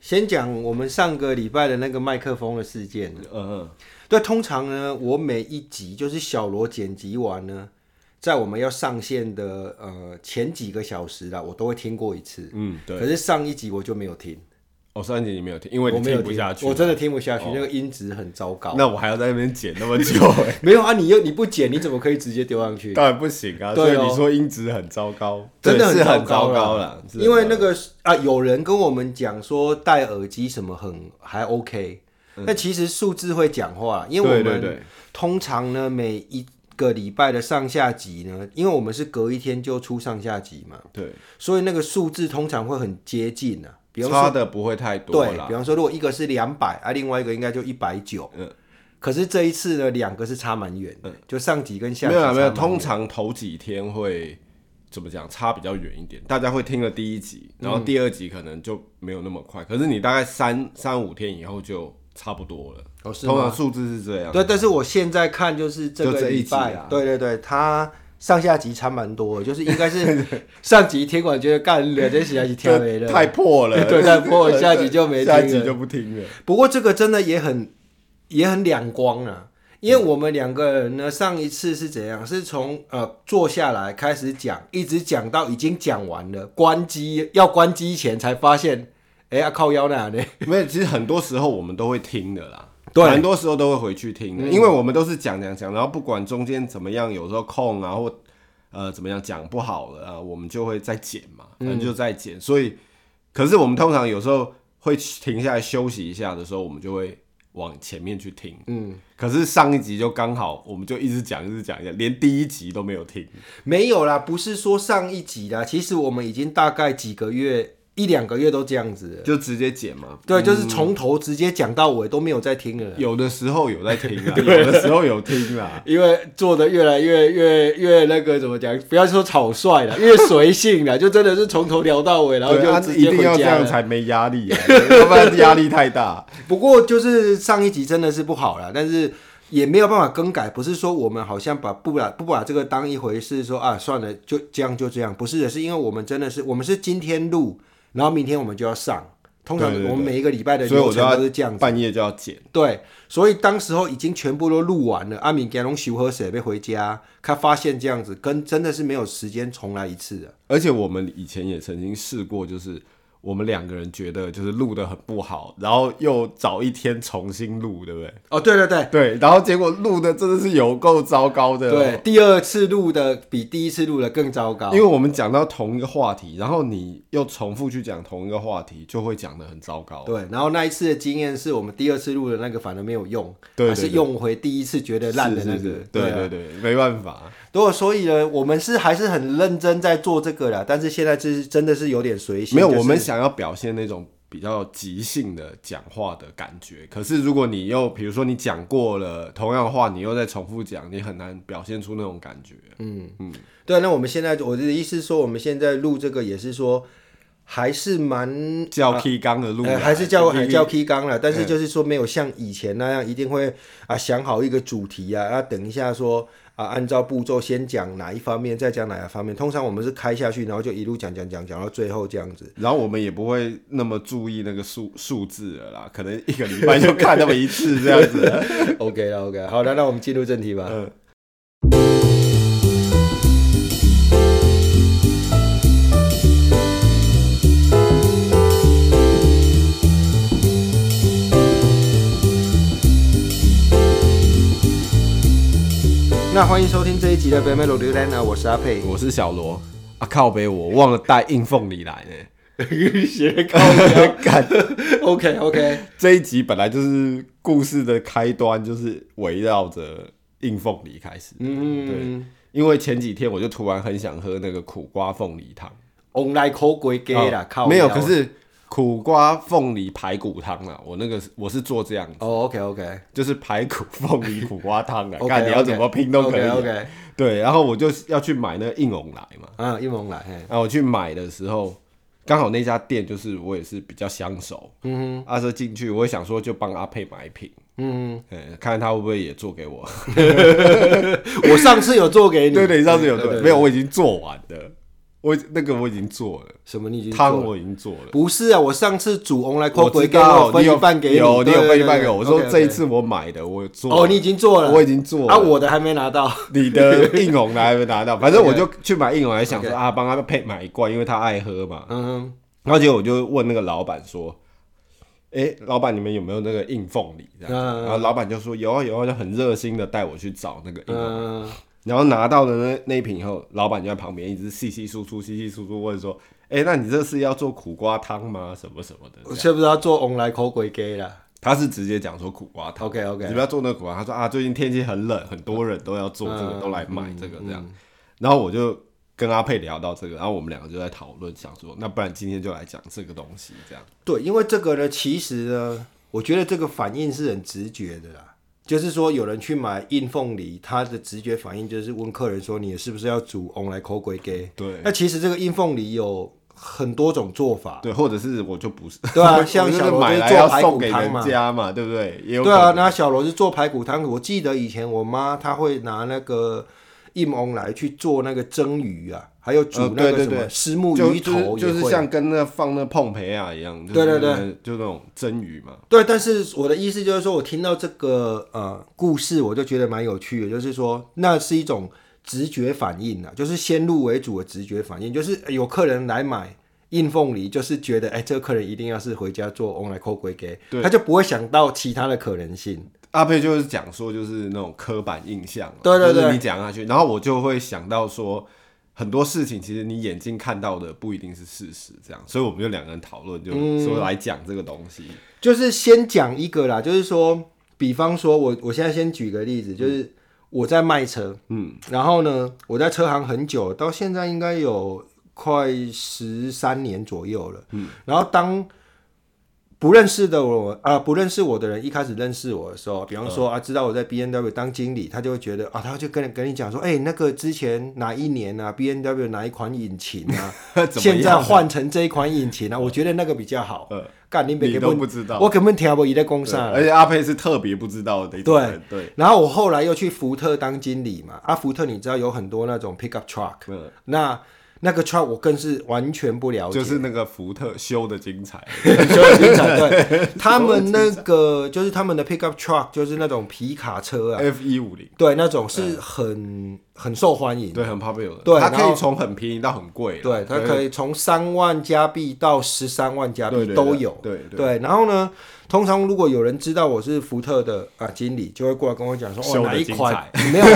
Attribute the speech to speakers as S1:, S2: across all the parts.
S1: 先讲我们上个礼拜的那个麦克风的事件。
S2: 嗯嗯，
S1: 对，通常呢，我每一集就是小罗剪辑完呢，在我们要上线的呃前几个小时啦，我都会听过一次。
S2: 嗯对
S1: 可是上一集我就没有听，
S2: 哦，上一集你没有听，因为
S1: 我
S2: 你
S1: 没有
S2: 听不下去，哦
S1: 我真的听不下去，那个音质很糟糕。
S2: 那我还要在那边剪那么 久、哎
S1: 没有啊，你又你不剪，你怎么可以直接丢上去？
S2: 当然不行啊。
S1: 对哦
S2: 所以你说音质很糟糕，
S1: 真的
S2: 对是
S1: 很
S2: 很
S1: 糟
S2: 糟
S1: 糕
S2: 糕
S1: 啦
S2: 啦，是很
S1: 因为
S2: 糟
S1: 那个是啊，有人跟我们讲说戴耳机什么很还 OK，那、其实数字会讲话，因为我
S2: 嗯对
S1: 们
S2: 对对
S1: 通常呢每一个礼拜的上下集呢，因为我们是隔一天就出上下集嘛，
S2: 对，
S1: 所以那个数字通常会很接近啊，比方说
S2: 差的不会太多
S1: 对，
S2: 啦
S1: 比。方说如果一个是两百啊，另外一个应该就一百九，
S2: 嗯
S1: 可是这一次呢两个是差蛮远的，就上集跟下集
S2: 没有啊啦没有，
S1: 差蛮
S2: 通常头几天会怎么讲，差比较远一点，大家会听了第一集，然
S1: 嗯
S2: 后第二集可能就没有那么快，可是你大概三三五天以后就差不多了。
S1: 哦是吗
S2: 通常数字是这样。
S1: 对，但是我现在看就是这
S2: 就
S1: 个
S2: 这一
S1: 礼拜，
S2: 集啊
S1: 对对对，它上下集差蛮多的，就是应该 是上集听完觉得干了，这下集听啊没
S2: 这
S1: 了。，
S2: 太破 了
S1: 对太破了下集就没听了
S2: 下集就不听了。
S1: 不过这个真的也很也很两光啊，因为我们两个人呢，上一次是怎样？是从呃坐下来开始讲，一直讲到已经讲完了，关机要关机前才发现，哎呀、啊靠腰那呢？
S2: 没有，其实很多时候我们都会听的啦。
S1: 对嗯
S2: 很多时候都会回去听的，因为我们都是讲讲讲，然后不管中间怎么样，有时候空啊或呃怎么样讲不好了啊，我们就会再剪嘛，
S1: 嗯
S2: 反正就再剪。所以，可是我们通常有时候会停下来休息一下的时候，我们就会往前面去听。
S1: 嗯，
S2: 可是上一集就刚好，我们就一直讲一直讲一讲，连第一集都没有听。
S1: 没有啦，不是说上一集啦，其实我们已经大概几个月一两个月都这样子了。
S2: 就直接剪嘛。
S1: 对，就是从头直接讲到尾都没有在听了，
S2: 有的时候有在听 啊，有的时候有听啊啦。
S1: 因为做的越来越越越那个怎么讲？不要说草率了，越随性 了，就真的是从头聊到 尾，然后
S2: 对啊
S1: 就直接
S2: 一
S1: 回
S2: 定要这
S1: 家
S2: 样
S1: 了。
S2: 才没压 力、啊，要不然压力太大。
S1: 不过就是上一集真的是不好了，但是也没有办法更改，不是说我们好像把不把不把这个当一回事说啊算了就这样就这样，不是的，是因为我们真的是我们是今天录，然后明天我们就要上，通常
S2: 对对对
S1: 我们每一个礼拜的
S2: 所以
S1: 流
S2: 我就
S1: 程
S2: 要
S1: 都是这样子。
S2: 半夜就要剪。
S1: 对，所以当时候已经全部都录完了，阿敏给龙修和水被回家，他发现这样子跟真的是没有时间重来一次的。
S2: 而且我们以前也曾经试过，就是我们两个人觉得就是录的很不好，然后又找一天重新录，对不对？
S1: 哦，对对对
S2: 对，然后结果录的真的是有够糟糕的、哦
S1: 对，，第二次录的比第一次录的更糟糕
S2: 因。为我们讲到同一个话题，然后你又重复去讲同一个话题，就会讲的很糟糕。
S1: 对，然后那一次的经验是我们第二次录的那个反而没有用，
S2: 对对
S1: 还是
S2: 对
S1: 用回第一次觉得烂的
S2: 是
S1: 那个。
S2: 是是，
S1: 对
S2: 对
S1: 啊
S2: 对对，没办法。
S1: 如果所以呢，我们是还是很认真在做这个啦，但是现在就是真的是有点随性。
S2: 没有，
S1: 就是
S2: 我们想要表现那种比较即兴的讲话的感觉。可是如果你又比如说你讲过了同样的话，你又再重复讲，你很难表现出那种感觉。
S1: 对，那我们现在我的意思是说，我们现在录这个也是说，还是蛮
S2: 叫 K 刚的路、
S1: 呃，还是叫还
S2: 你
S1: 叫 K 纲了，但
S2: 哎
S1: 是就是说没有像以前那样一定会啊想好一个主题啊，啊等一下说啊按照步骤先讲哪一方面，再讲哪一方面。通常我们是开下去，然后就一路讲讲讲讲到最后这样子。
S2: 然后我们也不会那么注意那个数数字了啦，可能一个礼拜就看那么一次这样子。
S1: OK 了，OK，好的，那我们进入正题吧。
S2: 嗯
S1: 那欢迎收听这一集的北美罗流丹啊，我是阿 佩。
S2: 我是小罗啊，靠北我忘了带硬凤梨来呢。
S1: 斜
S2: 干
S1: OK OK，
S2: 这一集本来就是故事的开端，就是围绕着硬凤梨开始。
S1: 嗯
S2: 因为前几天我就突然很想喝那个苦瓜凤梨汤，哦
S1: ，on 来口鬼给啦，靠腰，
S2: 没有，可是苦瓜凤梨排骨汤啊，我那个是我是做这样，
S1: 哦，OK OK，
S2: 就是排骨凤梨苦瓜汤啊
S1: OK，，
S2: 看你要怎么拼都可以啊。
S1: OK OK，
S2: 对，然后我就要去买那个应龙来嘛，
S1: 啊，一萌来，嘿，
S2: 然后我去买的时候，刚好那家店就是我也是比较相熟，嗯哼，阿哲进去，我也想说就帮阿佩买一瓶，
S1: 嗯，
S2: 嗯，看看他会不会也做给我。
S1: 我上次有做给你，
S2: 对对，上次有
S1: 对对
S2: 对，没有，我已经做完了。我那个我已经做了，
S1: 什么？你已经
S2: 汤
S1: 做了
S2: 我已经做了。
S1: 不是啊，我上次煮 online
S2: 我
S1: coke
S2: 知
S1: 给我
S2: 道
S1: 分
S2: 你
S1: 一
S2: 有
S1: 半给你，
S2: 有你有
S1: 对
S2: 分一半给我。我说
S1: OK，OK
S2: 这一次我买的，我有做
S1: 哦，你已经做了，
S2: 我已经做
S1: 啊，
S2: 了
S1: 我的还没拿到。
S2: 你的硬红的还没拿到，反正我就去买硬红，还想说啊，帮他配买一罐，因为他爱喝嘛。
S1: 嗯，
S2: 然后结果我就问那个老板说：“哎、老板，你们有没有那个硬凤梨？”这样，
S1: 嗯
S2: 然后老板就说：“有啊有啊。”就很热心的带我去找那个硬红。
S1: 嗯，
S2: 然后拿到了那那一瓶以后，老板就在旁边一直细细疏疏、细细疏疏问说：“哎、那你这是要做苦瓜汤吗？什么什么的
S1: 我是不是要做 online coke 给啦？”？
S2: 他是直接讲说苦瓜汤。
S1: OK，OK
S2: 你们要做那个苦瓜，他说啊，最近天气很冷，很多人都要做这个，都来买这个这样。然后我就跟阿佩聊到这个，然后我们两个就在讨论，想说那不然今天就来讲这个东西这样。
S1: 对，因为这个呢，其实呢，我觉得这个反应是很直觉的啦。就是说，有人去买硬凤梨，他的直觉反应就是问客人说：“你是不是要煮 online coke 给？”
S2: 对
S1: 那其实这个硬凤梨有很多种做法，
S2: 对，或者是我就不是，
S1: 对啊
S2: 我就
S1: 像
S2: 是
S1: 小罗
S2: 买
S1: 就是
S2: 来
S1: 做
S2: 要
S1: 排
S2: 送
S1: 骨
S2: 给
S1: 汤
S2: 人
S1: 嘛
S2: 家嘛，对不对？也有
S1: 对啊，
S2: 可能
S1: 那小罗是做排骨汤，我记得以前我妈她会拿那个硬翁来去做那个蒸鱼啊，还有煮
S2: 呃
S1: 那个
S2: 对对
S1: 什么
S2: 对
S1: 石目
S2: 就
S1: 鱼头
S2: 就是
S1: 也
S2: 就是
S1: 会
S2: 像跟那放那碰培啊一样，就是
S1: 对对
S2: 那个就那种蒸鱼嘛。
S1: 对，但是我的意思就是说，我听到这个呃故事，我就觉得蛮有趣的，就是说那是一种直觉反应啊，就是先入为主的直觉反应，就是呃有客人来买。硬凤梨就是觉得，哎、这个客人一定要是回家做 online call 归给，他就不会想到其他的可能性。
S2: 阿佩就是讲说，就是那种刻板印象嘛，
S1: 对对
S2: 就是
S1: 对
S2: 你讲下去，然后我就会想到说，很多事情其实你眼睛看到的不一定是事实，这样，所以我们就两个人讨论，就
S1: 嗯
S2: 说来讲这个东 西。，
S1: 就是先讲一个啦，就是说，比方说我我现在先举个例子，就是我在卖车，嗯，然后呢，我在车行很久，到现在应该有快十三年左右了，嗯，然后当不认识的我啊、不认识我的人一开始认识我的时候，比方说、啊，知道我在 B N W 当经理，他就会觉得啊，他就跟跟你讲说，哎、那个之前哪一年啊，B N W 哪一款引擎啊
S2: 怎么样
S1: 现在换成这一款引擎啊，我觉得那个比较好。
S2: 嗯
S1: 干你
S2: 你
S1: 别
S2: 都不知道
S1: 我根本听不伊在讲
S2: 对
S1: 啥啦。
S2: 而且阿佩是特别不知道的一种
S1: 对
S2: 人，对，
S1: 然后我后来又去福特当经理嘛，啊，福特你知道有很多那种 pickup truck，、
S2: 嗯
S1: 那那个 truck 我更是完全不了解，
S2: 就是那个福特修的 精彩，
S1: 就是精彩。 对，他们那个就是他们的 pickup truck 就是那种皮卡车啊，
S2: F 一五零，
S1: 对，那种
S2: 哎
S1: 是很很受欢迎，
S2: 对，很 popular，
S1: 对
S2: 它
S1: 然
S2: 可以
S1: 后
S2: 从很便宜到很贵啦，
S1: 对，它可以从三万加币到十三万加
S2: 对
S1: 币
S2: 对
S1: 都
S2: 对
S1: 有。
S2: 对对
S1: 对，然后呢，通常如果有人知道我是福特的啊经理，就会过来跟我讲说，
S2: 秀
S1: 哦，
S2: 得
S1: 哪一
S2: 精
S1: 款 没有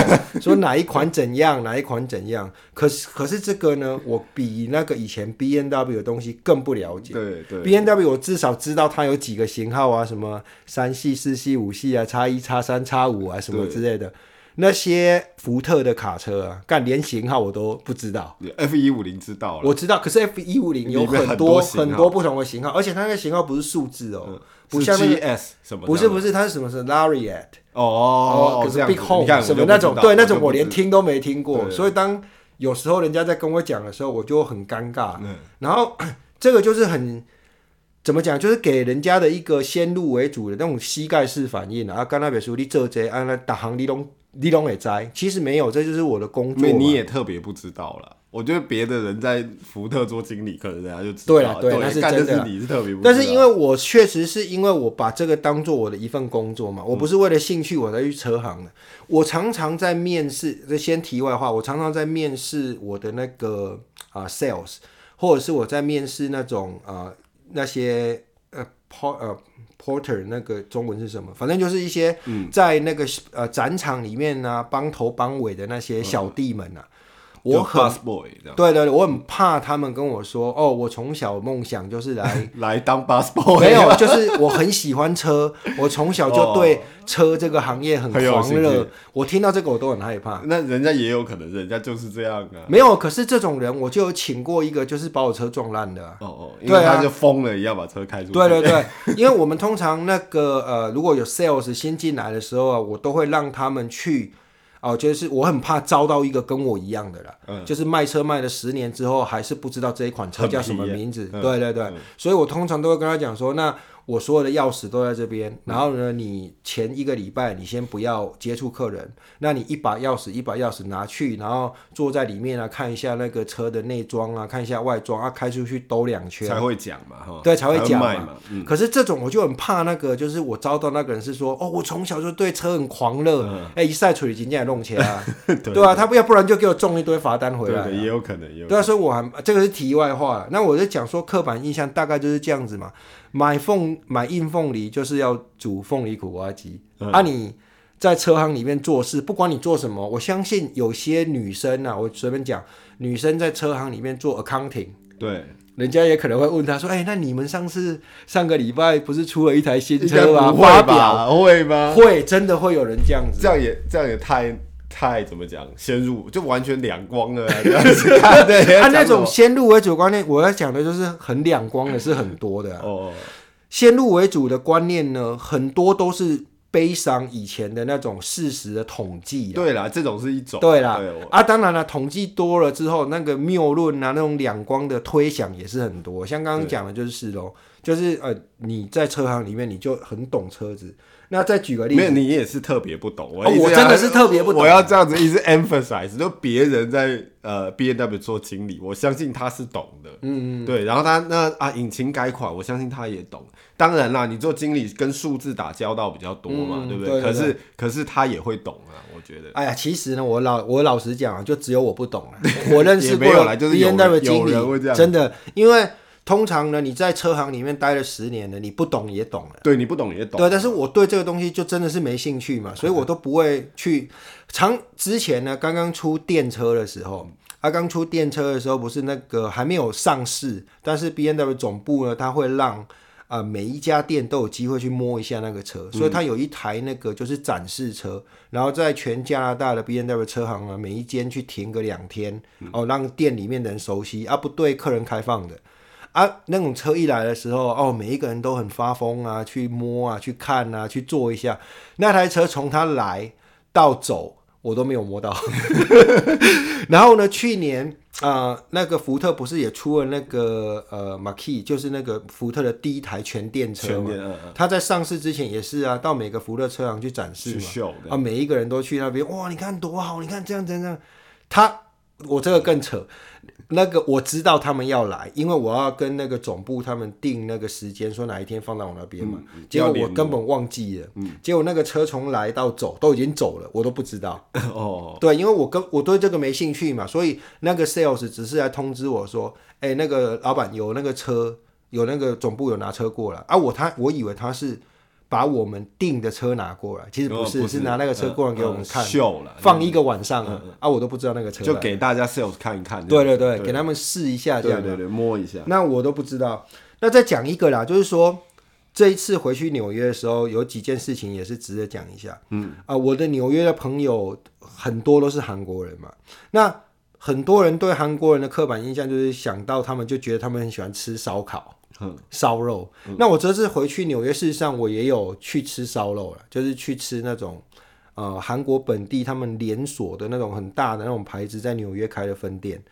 S1: 说哪一款怎样，哪一款怎样。可是可是这个呢，我比那个以前 B N W 的东西更不了解。
S2: 对对
S1: B N W 我至少知道它有几个型号啊，什么三系、四系、五系啊，叉一、叉三、叉五啊，什么之类的。那些福特的卡车啊，干连型号我都不知道。
S2: F 一五零知道了，
S1: 我知道，可是 F 一五零有
S2: 里面很
S1: 很
S2: 多
S1: 多
S2: 型号嗯
S1: 很多不同的型号，而且它那个型号不是数字哦，不像那个
S2: GS 什么的，
S1: 不是不是，它是什么是 Lariat
S2: 哦哦，
S1: 可
S2: 这
S1: 是
S2: 样子
S1: Big
S2: 你看
S1: Home
S2: 我
S1: 什
S2: 就
S1: 么
S2: 不
S1: 那
S2: 知
S1: 种，
S2: 道
S1: 对那种
S2: 就不
S1: 我连
S2: 知
S1: 听都没听过，
S2: 对
S1: 所以当有时候人家在跟我讲的时候，我就很尴尬。
S2: 嗯
S1: 然后 这个就是很怎么讲，就是给人家的一个先入为主的那种膝盖式反应啊。啊刚那本书你做这啊，那打行你拢你拢也摘，其实没有，这就是我的工作
S2: 没
S1: 嘛。
S2: 你也特别不知道了。我觉得别的人在福特做经理，可能人家就知道
S1: 对
S2: 了
S1: 啦。
S2: 对
S1: 对，那是
S2: 干
S1: 真的
S2: 但
S1: 啦
S2: 是你是特别不知道，
S1: 但是因为我确实是因为我把这个当做我的一份工作
S2: 嗯
S1: 嘛，我不是为了兴趣我才去车行的。我常常在面试，这先题外话，我常常在面试我的那个啊、sales，或者是我在面试那种啊、那些呃 por 呃 porter 那个中文是什么？反正就是一些
S2: 嗯
S1: 在那个、呃展场里面呢、帮头帮尾的那
S2: 嗯
S1: 些小弟们啊，我很
S2: bus boy 这样
S1: 对对对，我很怕他们跟我说哦，我从小梦想就是来。
S2: 来当 bus boy，
S1: 没有，就是我很喜欢 车，我从小就对车这个行业很
S2: 哦很有
S1: 狂
S2: 兴
S1: 热
S2: 趣。
S1: 我听到这个我都很害怕。
S2: 那人家也有可能，人家就是这样啊。
S1: 没有，可是这种人我就有请过一个，就是把我车撞烂的啊、
S2: 哦哦，因为
S1: 对啊
S2: 他就疯了一样把车开出去。
S1: 对对对，因为我们通常那个呃，如果有 sales 新进来的时候啊，我都会让他们去哦、就是我很怕招到一个跟我一样的啦，
S2: 嗯
S1: 就是卖车卖了十年之后还是不知道这一款车
S2: 很
S1: 叫什
S2: 皮
S1: 么
S2: 耶
S1: 名字。
S2: 嗯
S1: 对对对，所以我通常都会跟他讲说，那我所有的钥匙都在这边，
S2: 嗯
S1: 然后呢，你前一个礼拜你先不要接触客人，那你一把钥匙一把钥匙拿去，然后坐在里面啊，看一下那个车的内装啊，看一下外装啊，开出去兜两圈，
S2: 才会讲嘛，哈，
S1: 对，才会讲
S2: 卖
S1: 嘛。
S2: 嘛， 嗯，
S1: 可是这种我就很怕那个，就是我遭到那个人是说，哦，我从小就对车很狂热，哎、一晒处理金价弄起来啊，
S2: 嗯 对
S1: 对啊，他不要不然就给我中一堆罚单回
S2: 对
S1: 来啊、
S2: 的，也有可能，也有可
S1: 对啊，所以我还这个是题外话了。那我就讲说刻板印象大概就是这样子嘛。买凤买硬凤梨就是要煮凤梨苦瓜鸡、
S2: 嗯
S1: 啊。你在车行里面做事，不管你做什么，我相信有些女生啊，我随便讲，女生在车行里面做 accounting，
S2: 能，对，
S1: 人家也可能会问她说：“哎、那你们上次上个礼拜不是出了一台新
S2: 应该
S1: 车吗？
S2: 不
S1: 发
S2: 会
S1: 表
S2: 吧？会吗？
S1: 会真的会有人这样子。”
S2: 这样也这样也太太怎么讲？先入就完全两光了啊，这样子哦看的人 家
S1: 啊，
S2: 讲
S1: 那
S2: 什么
S1: 种先入为主观念，我要讲的就是很两光的是很多的啊、
S2: 哦，
S1: 先入为主的观念呢，很多都是悲伤以前的那种事实的统计、啊。
S2: 对啦，这种是一种，
S1: 对啦
S2: 对，我
S1: 啊，当然了，统计多了之后，那个谬论啊，那种两光的推想也是很多。像刚刚讲的就是咯，就是呃，你在车行里面你就很懂车子。那再举个例
S2: 没有，
S1: 子，
S2: 你也是特别不懂。我
S1: 哦
S2: 一直
S1: 我
S2: 要
S1: 真的是特别不懂
S2: 我要这样子一直 emphasize，就别人在呃 B N W 做经理，我相信他是懂的。嗯嗯，对。然后他那啊，引擎改款，我相信他也懂。当然啦，你做经理跟数字打交道比较多嘛，
S1: 嗯
S2: 对不
S1: 对对
S2: 可是可是他也会懂啊，我觉得。
S1: 哎呀，其实呢，我老我老实讲啊，就只有我不懂 了。我认识过
S2: 也没有啦就是
S1: B
S2: 有
S1: N
S2: 人
S1: W 经
S2: 有人会这
S1: 理，
S2: 样
S1: 真的，因为通常呢，你在车行里面待了十年了，你不懂也懂了。
S2: 对你不懂也懂。
S1: 对，但是我对这个东西就真的是没兴趣嘛，所以我都不会去。常之前呢，刚刚出电车的时候，啊，刚出电车的时候不是那个还没有上市，但是 B N W 总部呢，它会让啊、呃每一家店都有机会去摸一下那个车，所以它有一台那个就是展示车，然后在全加拿大的 B N W 车行啊，每一间去停个两天，哦，让店里面的人熟悉，啊，不对客人开放的。啊，那种车一来的时候，哦，每一个人都很发疯啊，去摸啊，去看啊，去坐一下。那台车从它来到走，我都没有 摸到。然后呢，去年啊、呃那个福特不是也出了那个呃 Marquis，就是那个福特的第一台全电车
S2: 全
S1: 嘛
S2: 年。嗯嗯
S1: 它在上市之前也是啊，到每个福特车行去展示
S2: 去
S1: 嘛。
S2: 秀的，
S1: 啊，每一个人都去那边，哇，你看多好，你看这样这样这样。他，我这个更扯，那个我知道他们要来，因为我要跟那个总部他们定那个时间，说哪一天放到我那边嘛。结果
S2: 嗯要
S1: 我
S2: 联嗯
S1: 根本忘记了，结果那个车从来到走都已经走了，我都不知道。
S2: 哦，
S1: 对，因为我跟我对这个没兴趣嘛，所以那个 sales 只是来通知我说，哎、那个老板有那个车，有那个总部有拿车过来啊，我他我以为他是把我们订的车拿过来，其实不是，
S2: 哦
S1: 是拿那个车过来给我们
S2: 嗯
S1: 看，
S2: 秀了，
S1: 放一个晚上啊，啊，我都不知道那个车
S2: 就
S1: 来，
S2: 给大家 sales 看一看这
S1: 对
S2: 样
S1: 对
S2: 子。
S1: 对，给他们试一下这样
S2: 对，对对，摸一下。
S1: 那我都不知道。那再讲一个啦，就是说这一次回去纽约的时候，有几件事情也是值得讲一下。嗯啊、我的纽约的朋友很多都是韩国人嘛，那很多人对韩国人的刻板印象就是想到他们就觉得他们很喜欢吃烧烤。
S2: 嗯
S1: 烧肉，那我这次回去纽约，事实上我也有去吃烧肉了，就是去吃那种呃韩国本地他们连锁的那种很大的那种牌子在纽约开的分店。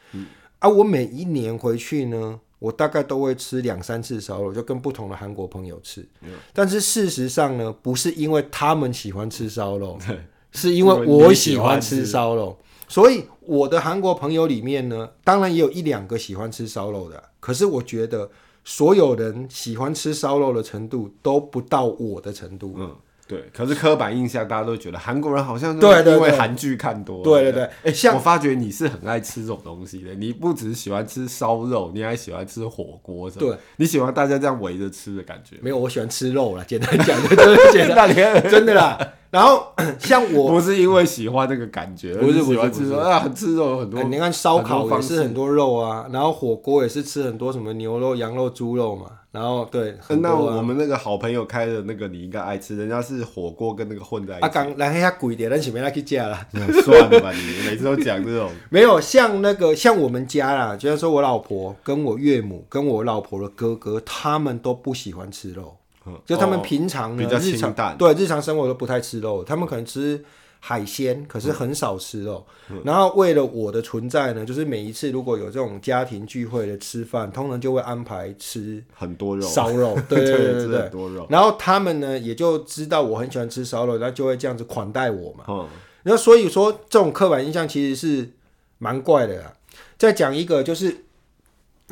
S1: 啊，我每一年回去呢，我大概都会吃两三次烧肉，就跟不同的韩国朋友吃。但是事实上呢，不是因为他们喜欢吃烧肉， 是因为我喜欢吃烧肉。所以我的韩国朋友里面呢，当然也有一两个喜欢吃烧肉的，啊可是我觉得所有人喜欢吃烧肉的程度都不到我的程度。
S2: 嗯，对。可是刻板印象，大家都觉得韩国人好像
S1: 对对
S2: 因为
S1: 对
S2: 韩剧看多了。
S1: 对对对
S2: 哎，
S1: 像
S2: 我发觉你是很爱吃这种东西的，你不只喜欢吃烧肉，你还喜欢吃火锅什么。
S1: 对，
S2: 你喜欢大家这样围着吃的感 觉。
S1: 没有，我喜欢吃肉啦，简单讲，就是简单，
S2: 那你很
S1: 真的啦。然后 像我，
S2: 不是因为喜欢那个感觉，
S1: 不是
S2: 而喜欢
S1: 不是
S2: 吃
S1: 不
S2: 肉啊，吃肉有很多
S1: 哎。你看烧烤
S2: 很多方
S1: 也是很多肉啊，然后火锅也是吃很多什么牛肉、羊肉、猪肉嘛，然后对，很多
S2: 那
S1: 啊。
S2: 我们那个好朋友开的那个，你应该爱吃，人家是火锅跟那个混在一
S1: 啊，
S2: 起。
S1: 刚来遐贵点，咱是没来去吃啦。
S2: 算了吧，你每次都讲这 种。
S1: 没有像那个像我们家啦，就是说我老婆跟我岳母跟我老婆的哥哥，他们都不喜欢吃肉，
S2: 嗯
S1: 就他们
S2: 哦
S1: 平常呢、
S2: 比较
S1: 日
S2: 清
S1: 常
S2: 淡
S1: 对日常生活都不太吃肉，他们可能吃海鲜，可
S2: 嗯
S1: 是很少吃肉。然后为了我的存在呢，就是每一次如果有这种家庭聚会的吃饭，通常就会安排吃
S2: 很多 肉，
S1: 烧肉，对对对对
S2: 吃
S1: 对
S2: 很。多肉，
S1: 然后他们呢也就知道我很喜欢吃烧肉，然后就会这样子款待我嘛。
S2: 嗯，
S1: 然后所以说这种刻板印象其实是蛮怪的啦。啊再讲一个，就是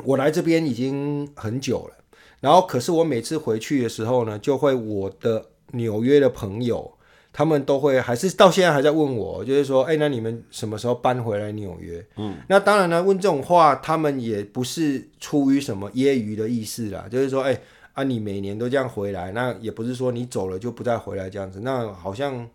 S1: 我来这边已经很久了，然后可是我每次回去的时候呢，就会我的纽约的朋友。他们都会还是到现在还在问我，就是说，哎、那你们什么时候搬回来纽约？嗯，那当然了，问这种话，他们也不是出于什么揶揄的意思啦，就是说，哎、啊，你每年都这样回来，那也不是说你走了就不再回来这样子，那好像，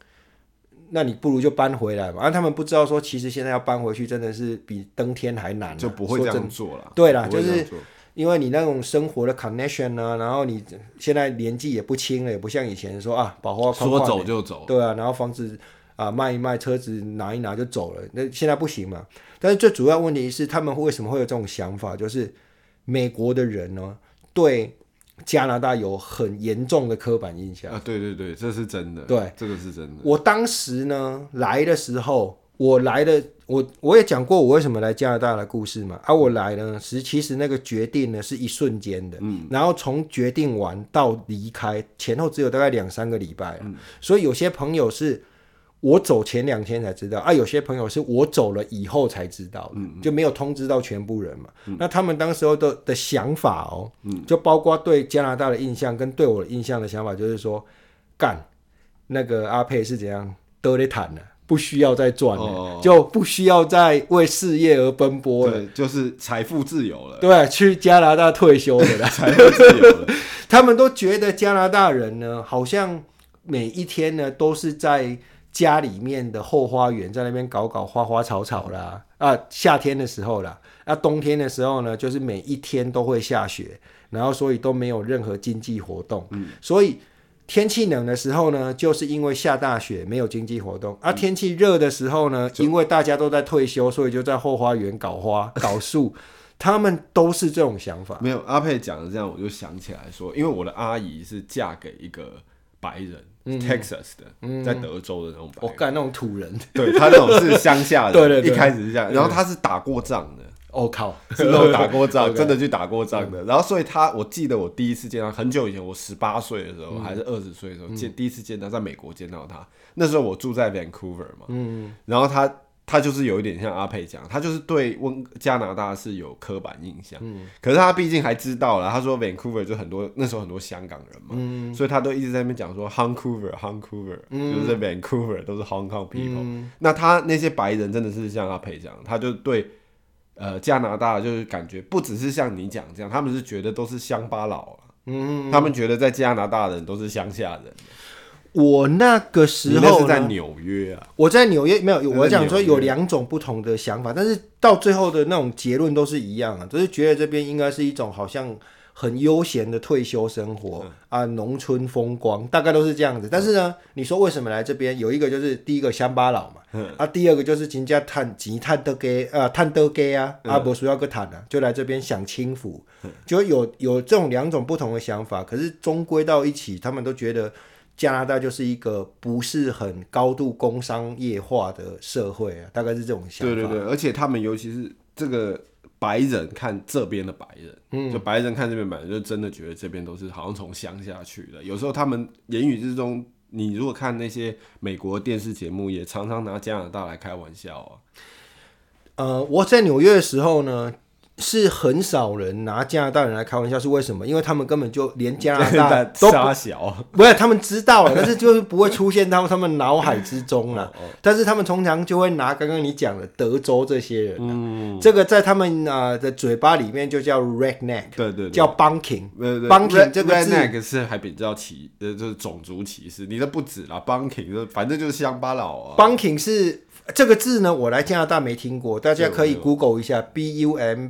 S1: 那你不如就搬回来嘛。啊，他们不知道说，其实现在要搬回去真的是比登天还难啊、
S2: 就不会
S1: 说
S2: 这
S1: 真
S2: 样做了。
S1: 对啦
S2: 不会
S1: 就是
S2: 这样做
S1: 因为你那种生活的 connection 呢、然后你现在年纪也不轻了，也不像以前说啊，把花
S2: 说
S1: 框
S2: 走就走，
S1: 对啊，然后房子啊卖一卖，车子拿一拿就走了。那现在不行嘛。但是最主要问题是，他们为什么会有这种想法？就是美国的人呢，对加拿大有很严重的刻板印象。
S2: 啊，对对对，这是真的，
S1: 对，
S2: 这个是真的。
S1: 我当时呢来的时候，我来的我我也讲过我为什么来加拿大的故事嘛。啊，我来呢，实其实那个决定呢是一瞬间的，嗯，然后从决定完到离开前后只有大概两三个礼拜、嗯、所以有些朋友是。我走前两天才知道啊，有些朋友是我走了以后才知道的，就没有通知到全部人嘛。那他们当时候的的想法哦，就包括对加拿大的印象跟对我的印象的想法，就是说，干那个阿佩是怎样得了坦了，不需要再赚了，
S2: 哦
S1: 就不需要再为事业而奔波了。
S2: 对，就是财富自由了，
S1: 对，去加拿大退休的啦。
S2: 财富自由了，
S1: 他们都觉得加拿大人呢，好像每一天呢都是在家里面的后花园，在那边搞搞花花草草啦，啊，夏天的时候啦，那、冬天的时候呢，就是每一天都会下雪，然后所以都没有任何经济活动，所以。天气冷的时候呢，就是因为下大雪，没有经济活动；而、天气热的时候呢，因为大家都在退休，所以就在后花园搞花、搞树。他们都是这种想 法。
S2: 没有阿佩讲的这样，我就想起来说，因为我的阿姨是嫁给一个白人、t e x a s 的，在德州的那种白
S1: 嗯我
S2: 人，
S1: 干那种土人，
S2: 对他那种是乡下 的，
S1: 对对对
S2: 一开始是这样，然后他是打过仗的，
S1: 我、靠，
S2: 是那种打过 仗，真的去打过仗的。然后，所以他，我记得我第一次见他，很久以前，我十八岁的时候，还是二十岁的时候见，第一次见他，在美国见到他。那时候我住在 Vancouver 嘛，嗯，然后他他就是有一点像阿佩讲，他就是对温加拿大是有刻板印象，嗯，可是他毕竟还知道了，他说 Vancouver 就很多那时候很多香港人嘛，嗯，所以他都一直在那边讲说 Vancouver Vancouver，就是 Vancouver 都是 Hong Kong people。那他那些白人真的是像阿佩讲，他就对。呃，加拿大就是感觉不只是像你讲这样，他们是觉得都是乡巴佬、啊，嗯，他们觉得在加拿大的人都是乡下人。
S1: 我那个
S2: 你
S1: 时
S2: 那是
S1: 候
S2: 在
S1: 呢，
S2: 纽约啊，
S1: 我在纽约没有，
S2: 在
S1: 我讲说
S2: 纽约
S1: 有两种不同的想法，但是到最后的那种结论都是一样啊，就是觉得这边应该是一种好像很悠闲的退休生活、
S2: 嗯
S1: 啊，农村风光，大概都是这样子。但是呢，你说为什么来这边？有一个就是第一个乡巴佬嘛，啊，第二个就是人家探吉探德给啊，探德给啊，
S2: 嗯
S1: 啊，不需要个探啊，就来这边享清福，就有有这种两种不同的想法，可是终归到一起，他们都觉得。加拿大就是一个不是很高度工商业化的社会啊，大概是这种想法。
S2: 对对对，而且他们尤其是这个白人看这边的白人，嗯，就白人看这边白人，就真的觉得这边都是好像从乡下去的。有时候他们言语之中，你如果看那些美国电视节目，也常常拿加拿大来开玩笑啊。
S1: 呃，我在纽约的时候呢，是很少人拿加拿大人来开玩笑，是为什么？因为他们根本就连加拿大
S2: 在
S1: 都
S2: 沙小，
S1: 不是，他们知道啊了，但是就是不会出现到他们脑海之中了。但是他们通常就会拿刚刚你讲的德州这些人、啊，
S2: 嗯
S1: 这个在他们啊、呃的嘴巴里面就叫 redneck，
S2: 对对对。
S1: 叫 bunking，
S2: 对对
S1: Bunking 这个字
S2: redneck 呃是还比较歧，呃，就是种族歧视。你这不止啦，bunking 就反正就是乡巴佬啊。
S1: Bunking 是这个字呢，我来加拿大没听过，大家可以
S2: 对我
S1: Google 一下 B U M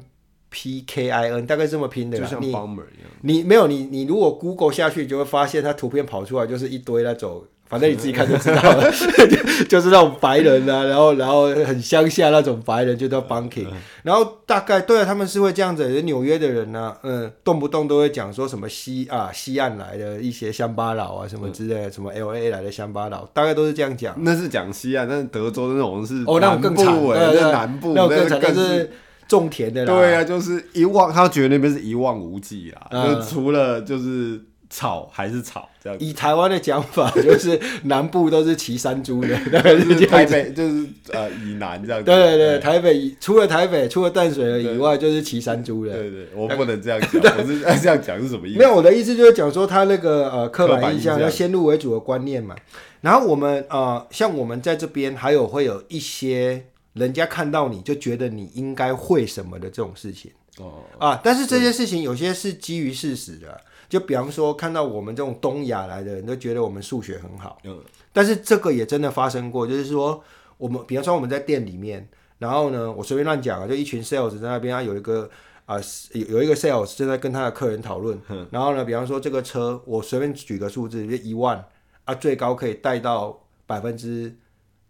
S1: P K I N，大概这么拼的
S2: 就
S1: 啦。
S2: 像
S1: 啊你
S2: bomber 一样，
S1: 你没有你你如果 Google 下去，就会发现它图片跑出来就是一堆那种反正你自己看就知道了， 就就是那种白人啊，然后然后很乡下那种白人就叫 bunking，然后大概对啊，他们是会这样子，纽约的人呢、嗯，动不动都会讲说什么西啊西岸来的一些乡巴佬啊什么之类的，什么 L A 来的乡巴佬，大概都是这样讲。
S2: 那是讲西岸，但是德州的那种是
S1: 哦，那种更惨，
S2: 南部欸
S1: 对对
S2: 那南部
S1: 那种更惨，那
S2: 那个更
S1: 是种田的啦。
S2: 对啊，就是一望，他觉得那边是一望无际啦，
S1: 嗯
S2: 就除了就是草还是草这 样子。
S1: 以台湾的讲法，就是南部都是骑山猪 的，大概是这
S2: 台
S1: 样子。
S2: 北就是呃以南这样子，
S1: 对对对，台北以除了台北，除了淡水河以外，就是骑山猪的。
S2: 对对，我不能这样讲，我是 这样讲是什么意
S1: 没
S2: 思？
S1: 有，我的意思就是讲说他那个呃刻
S2: 刻板
S1: 板印
S2: 印象
S1: 象，要先入为主的观念嘛。然后我们呃，像我们在这边还有会有一些人家看到你就觉得你应该会什么的这种事情
S2: 哦，
S1: 啊，但是这些事情有些是基于事实的，就比方说看到我们这种东亚来的人都觉得我们数学很好，
S2: 嗯
S1: 但是这个也真的发生过，就是说我们，比方说我们在店里面，然后呢，我随便乱讲啊，就一群 sales 在那边，他有一个啊、有有一个 sales 正在跟他的客人讨论，然后呢，比方说这个车，我随便举个数字，就一万啊，最高可以贷到百分之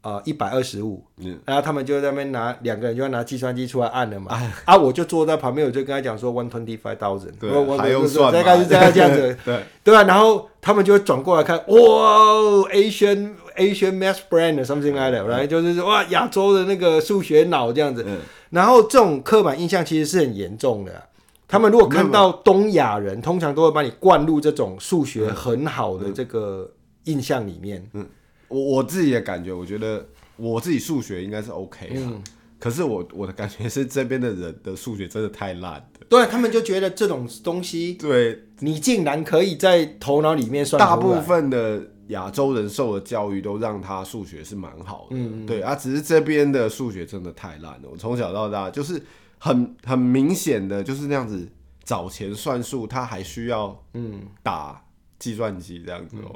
S1: 呃一百二十五，
S2: 嗯
S1: 然后他们就在那边拿两个人就要拿计算机出来按了嘛，啊，我就坐在旁边，我就跟他讲说 one twenty five thousand，
S2: 哎对
S1: 我我
S2: 还用
S1: 我
S2: 算
S1: 大
S2: 嘛
S1: 概是这样这样子，
S2: 对，
S1: 对啊，然后他们就会转过来看，哇，Asian Asian math brand something like that，然后就是说哇，亚洲的那个数学脑这样子。
S2: 嗯
S1: 然后这种刻板印象其实是很严重的啊、他们如果看到东亚人，通常都会把你灌入这种数学很好的这个印象里面。
S2: 嗯我我自己的感觉，我觉得我自己数学应该是 OK 啦，
S1: 嗯
S2: 可是我我的感觉是这边的人的数学真的太烂了，
S1: 对啊他们就觉得这种东西，
S2: 对，
S1: 你竟然可以在头脑里面算出来
S2: 大部分的亚洲人受的教育都让他数学是蛮好的，
S1: 嗯
S2: 对啊，只是这边的数学真的太烂了。我从小到大就是很很明显的就是那样子，找钱算数，他还需要嗯打计算机这样子哦、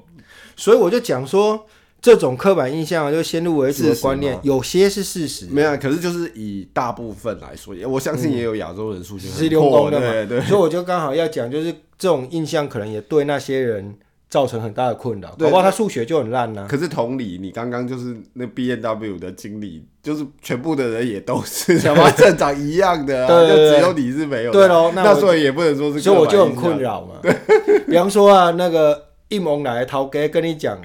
S1: 所以我就讲说，这种刻板印象啊就先入为主的
S2: 事实
S1: 观念
S2: 嘛，
S1: 有些是事实，
S2: 没有、啊，可是就是以大部分来说，也我相信也有亚洲人数学
S1: 是
S2: 很
S1: 嗯溜
S2: 破
S1: 工的嘛，
S2: 对对。
S1: 所以我就刚好要讲，就是这种印象可能也对那些人造成很大的困扰，
S2: 对
S1: 搞不好他数学就很烂呐、
S2: 可是同理，你刚刚就是那 B N W 的经理，就是全部的人也 都是想法正长一样的、啊，
S1: 对对对
S2: 就只有你是没有的
S1: 对咯那
S2: 那
S1: 我
S2: 所以也不能说是，
S1: 所以我就很困。扰嘛。比方说啊，那个一蒙来逃给跟你讲。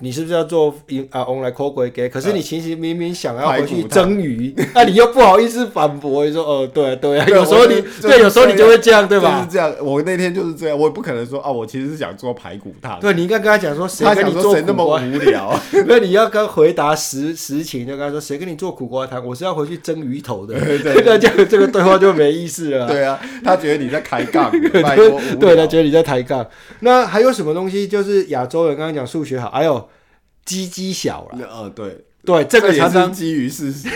S1: 你是不是要做一啊 on 来 call 鬼给？可是你其实明明想要回
S2: 排
S1: 去
S2: 骨汤
S1: 蒸鱼， 那、你又不好意思反驳，你说哦对啊对啊，
S2: 对
S1: 有时候你
S2: 我就是
S1: 对有时候你就会这样对
S2: 就
S1: 吧
S2: 是？这样，我那天就是这样，我也不可能说啊，我其实是想做排骨汤。
S1: 对，你应该跟他讲说谁
S2: 他
S1: 跟
S2: 想
S1: 你
S2: 说
S1: 做
S2: 谁那
S1: 苦
S2: 么
S1: 瓜，
S2: 无 聊？
S1: 那你要跟回答实实情，就跟他说谁跟你做苦瓜汤，我是要回去蒸鱼头 的。 那这样这个对话就没意思了啊。
S2: 对啊，他觉得你在开杠，拜托
S1: 对
S2: 无
S1: 对，他
S2: 聊。
S1: 觉得你在抬杠。那还有什么东西？就是亚洲人刚刚讲数学好，还有鸡鸡小了。
S2: 呃，对，
S1: 对，这个
S2: 也
S1: 常
S2: 是
S1: 常
S2: 基于事实，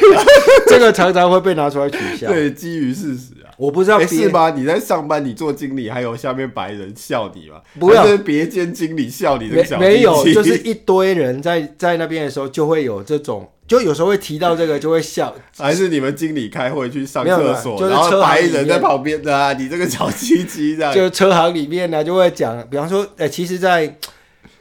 S1: 这个常常会被拿出来取笑。
S2: 对，基于事实啊。
S1: 我不知道
S2: 诶
S1: 别
S2: 是吗？你在上班，你做经理，还有下面白人笑你吗？
S1: 不要
S2: 还是别间经理笑你这个
S1: 没
S2: 小
S1: 没 有，
S2: 弟弟
S1: 就是一堆人在在那边的时候，就会有这种，就有时候会提到这个，就会笑。
S2: 还是你们经理开会去上
S1: 没有没有
S2: 厕所，
S1: 就是
S2: 然后
S1: 车行
S2: 白
S1: 里
S2: 人在
S1: 面
S2: 旁边的啊，你这个小鸡鸡这样。
S1: 就是车行里面呢、啊就会讲，比方说，哎、其实在，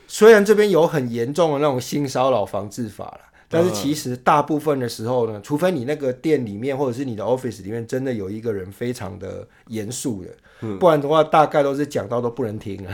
S1: 虽然这边有很严重的那种性骚扰防治法了，但
S2: 嗯
S1: 是其实大部分的时候呢，除非你那个店里面或者是你的 office 里面真的有一个人非常的严肃的，
S2: 嗯
S1: 不然的话大概都是讲到都不能听了。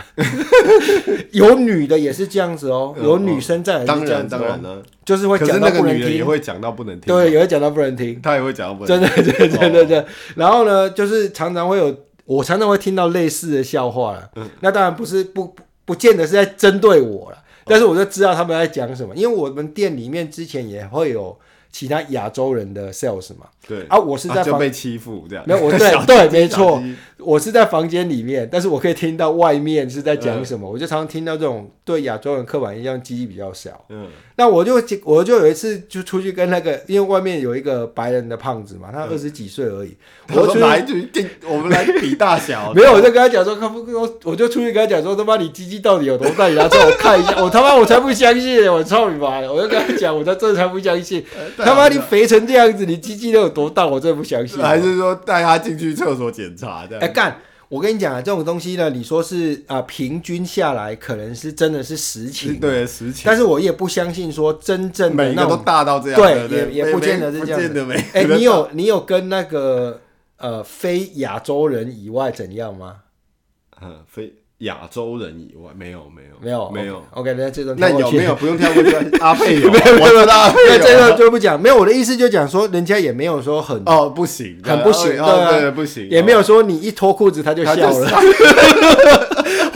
S1: 有女的也是这样子哦，有女生在也
S2: 当
S1: 是这
S2: 然
S1: 样子
S2: 嗯当
S1: 哦
S2: 然，了，
S1: 就是会
S2: 可是
S1: 讲
S2: 那
S1: 到
S2: 个
S1: 不能
S2: 女的也
S1: 听，
S2: 会讲到不能听，啊
S1: 对，，也会讲到不能听。
S2: 她也会讲到不能
S1: 真的，真的，
S2: 哦
S1: 真的，真的。然后呢，就是常常会有，我常常会听到类似的笑话了。
S2: 嗯
S1: 那当然不是不不不见得是在针对我
S2: 哦
S1: 了，但是我就知道他们在讲什么，因为我们店里面之前也会有其他亚洲人的 sales 嘛。
S2: 对
S1: 啊，我是
S2: 啊
S1: 在
S2: 就
S1: 房，
S2: 被欺负这样，
S1: 没 有，我
S2: 小
S1: 对
S2: 鸡
S1: 对，没
S2: 小
S1: 错
S2: 鸡，
S1: 我是在房间里面，但是我可以听到外面是在
S2: 嗯
S1: 讲什么，我就常常听到这种对亚洲人刻板印象记忆比较小。
S2: 嗯
S1: 那我就我就有一次就出去跟那个，因为外面有一个白人的胖子嘛，
S2: 嗯
S1: 他二十几岁而 已，
S2: 我
S1: 我
S2: 说
S1: 就
S2: 来就定，我们来比大小，
S1: 没有，我就跟他讲说，看不，我我就出去跟他讲说，他妈你鸡鸡到底有多大？你拿出来我看一下，我他妈我才不相信，我操你妈！我就跟他讲，我才真的才不相信，
S2: 呃
S1: 他妈你肥成这样子，你鸡鸡都有多大？我真的不相信。
S2: 还是说带他进去厕所检查这
S1: 哎
S2: 样？
S1: 干，我跟你讲啊，这种东西呢，你说是啊、平均下来可能是真的是实情，
S2: 对实情，
S1: 但是我也不相信说真正的
S2: 每一
S1: 那
S2: 个
S1: 种
S2: 都大到这样，
S1: 对
S2: 对，
S1: 也也
S2: 没
S1: 不见得是
S2: 没
S1: 这样
S2: 不
S1: 子
S2: 见得没。
S1: 哎、你有你有跟那个呃非亚洲人以外怎样吗？
S2: 嗯，非亚洲人以外没有没有
S1: 没有，
S2: 没有。。
S1: OK，那这种
S2: 那有没有不用跳过去？阿佩 有，
S1: 没有
S2: 我知道 阿
S1: 那
S2: 佩
S1: 这
S2: 有。
S1: 个就不讲。没有，我的意思就讲说，人家也没有说很，
S2: 哦，不行，
S1: 很不行对
S2: 哦
S1: 啊
S2: 对，不行，
S1: 也没有说你一脱裤子他就
S2: 他
S1: 笑
S2: 就
S1: 了，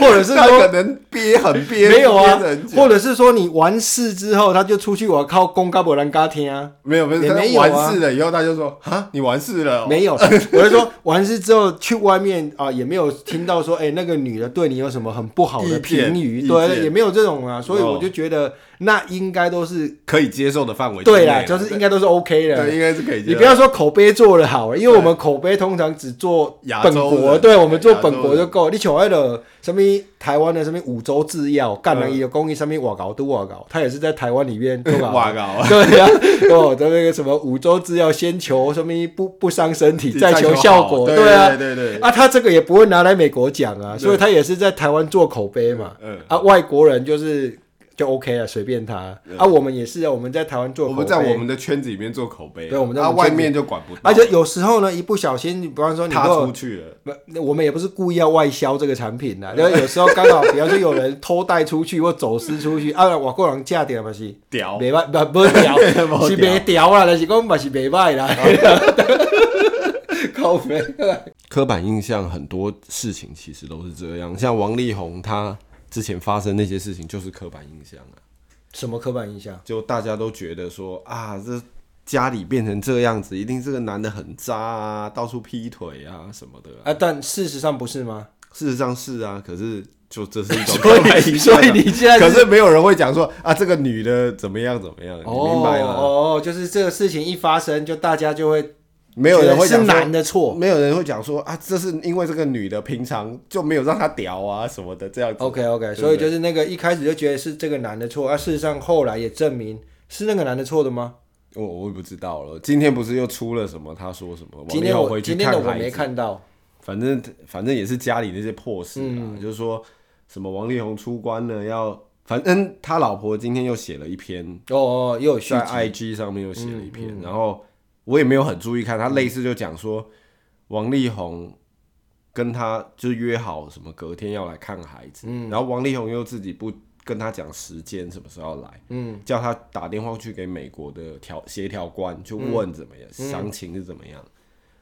S1: 或者是
S2: 他可
S1: 说。
S2: 能憋很憋，
S1: 没有啊
S2: 憋得很，久
S1: 或者是说你完事之后，他就出去我靠公嘎博兰嘎听啊，
S2: 没有，不是
S1: 也
S2: 他
S1: 没有啊
S2: 完事了以后，他就说啊，你完事了哦，
S1: 没有，我是说完事之后去外面啊，也没有听到说，哎、那个女的对你有什么很不好的
S2: 意见
S1: 评语，
S2: 意
S1: 对，
S2: 见
S1: 也没有这种啊，所以
S2: 哦
S1: 我就觉得那应该都是
S2: 可以接受的范围之内啊
S1: 对啦，
S2: 了。
S1: 就是应该都是 OK 的。
S2: 对，应该是可以接受。
S1: 你不要说口碑做的好，因为我们口碑通常只做
S2: 亚
S1: 本
S2: 洲
S1: 国，
S2: 人
S1: 对我们做
S2: 亚
S1: 本
S2: 洲
S1: 国
S2: 人
S1: 就够。你像那个什么台湾的什么五洲制药，干了
S2: 嗯
S1: 也公益上面瓦搞都瓦搞，他也是在台湾里面做搞。
S2: 哇靠，
S1: 对呀、哦，的那个什么五洲制药，先求什么不不伤身体，再求
S2: 好
S1: 效果，
S2: 对
S1: 啊。
S2: 对对对，
S1: 啊，他这个也不会拿来美国讲啊，所以
S2: 对
S1: 他也是在台湾做口碑嘛。
S2: 嗯，
S1: 啊，外国人就是就 OK 了，随便他。啊，我们也是啊，我们在台湾做口
S2: 嗯我
S1: 碑，
S2: 们在我们的圈子里面做口碑，
S1: 对我们在
S2: 啊
S1: 我们
S2: 外
S1: 圈子
S2: 面就管不到，
S1: 而且有时候呢，一不小心，比方说你
S2: 踏
S1: 如
S2: 出
S1: 果
S2: 去了，
S1: 不，我们也不是故意要外销这个产品啦，就是有时候刚好，比方说有人偷带出去或走私出去，啊，外国人价点嘛是，
S2: 屌，
S1: 袂歹，不不 屌
S2: 无，
S1: 是
S2: 调
S1: 袂屌啦，但是讲嘛是袂歹 啦，靠背。
S2: 刻板印象很多事情其实都是这样，像王力宏他之前发生那些事情就是刻板印象啊，
S1: 什么刻板印象？
S2: 就大家都觉得说啊，这家里变成这样子，一定这个男的很渣啊，到处劈腿啊什么的啊、
S1: 啊，但事实上不是吗？
S2: 事实上是啊，可是就这是一种
S1: 所
S2: 刻板
S1: 以，
S2: 印象啊、
S1: 所以你现在
S2: 可是没有人会讲说啊，这个女的怎么样怎么样，你明白吗？
S1: 哦哦，就是这个事情一发生，就大家就会
S2: 没有人会
S1: 觉得是
S2: 讲说
S1: 男的错。
S2: 没有人会讲说啊，这是因为这个女的平常就没有让她屌啊什么的这样子。
S1: OK OK，
S2: 对
S1: 所以就是那个一开始就觉得是这个男的错，啊，事实上后来也证明是那个男的错的吗？
S2: 我我也不知道了。今天不是又出了什么？他说什么？
S1: 今天
S2: 我
S1: 我
S2: 回去
S1: 今天的我
S2: 孩子
S1: 没，看到，
S2: 反正反正也是家里那些破事啊，
S1: 嗯
S2: 就是说什么王力宏出关了，要反正他老婆今天又写了一篇，
S1: 哦哦，又有续
S2: 在
S1: 集，
S2: IG 上面又写了一篇，然后我也没有很注意看，他类似就讲说王力宏。跟他就约好什么隔天要来看孩子，然后王力宏又自己不跟他讲时间什么时候要来，
S1: 嗯，
S2: 叫他打电话去给美国的调协调官，就问怎么样，详情是怎么样。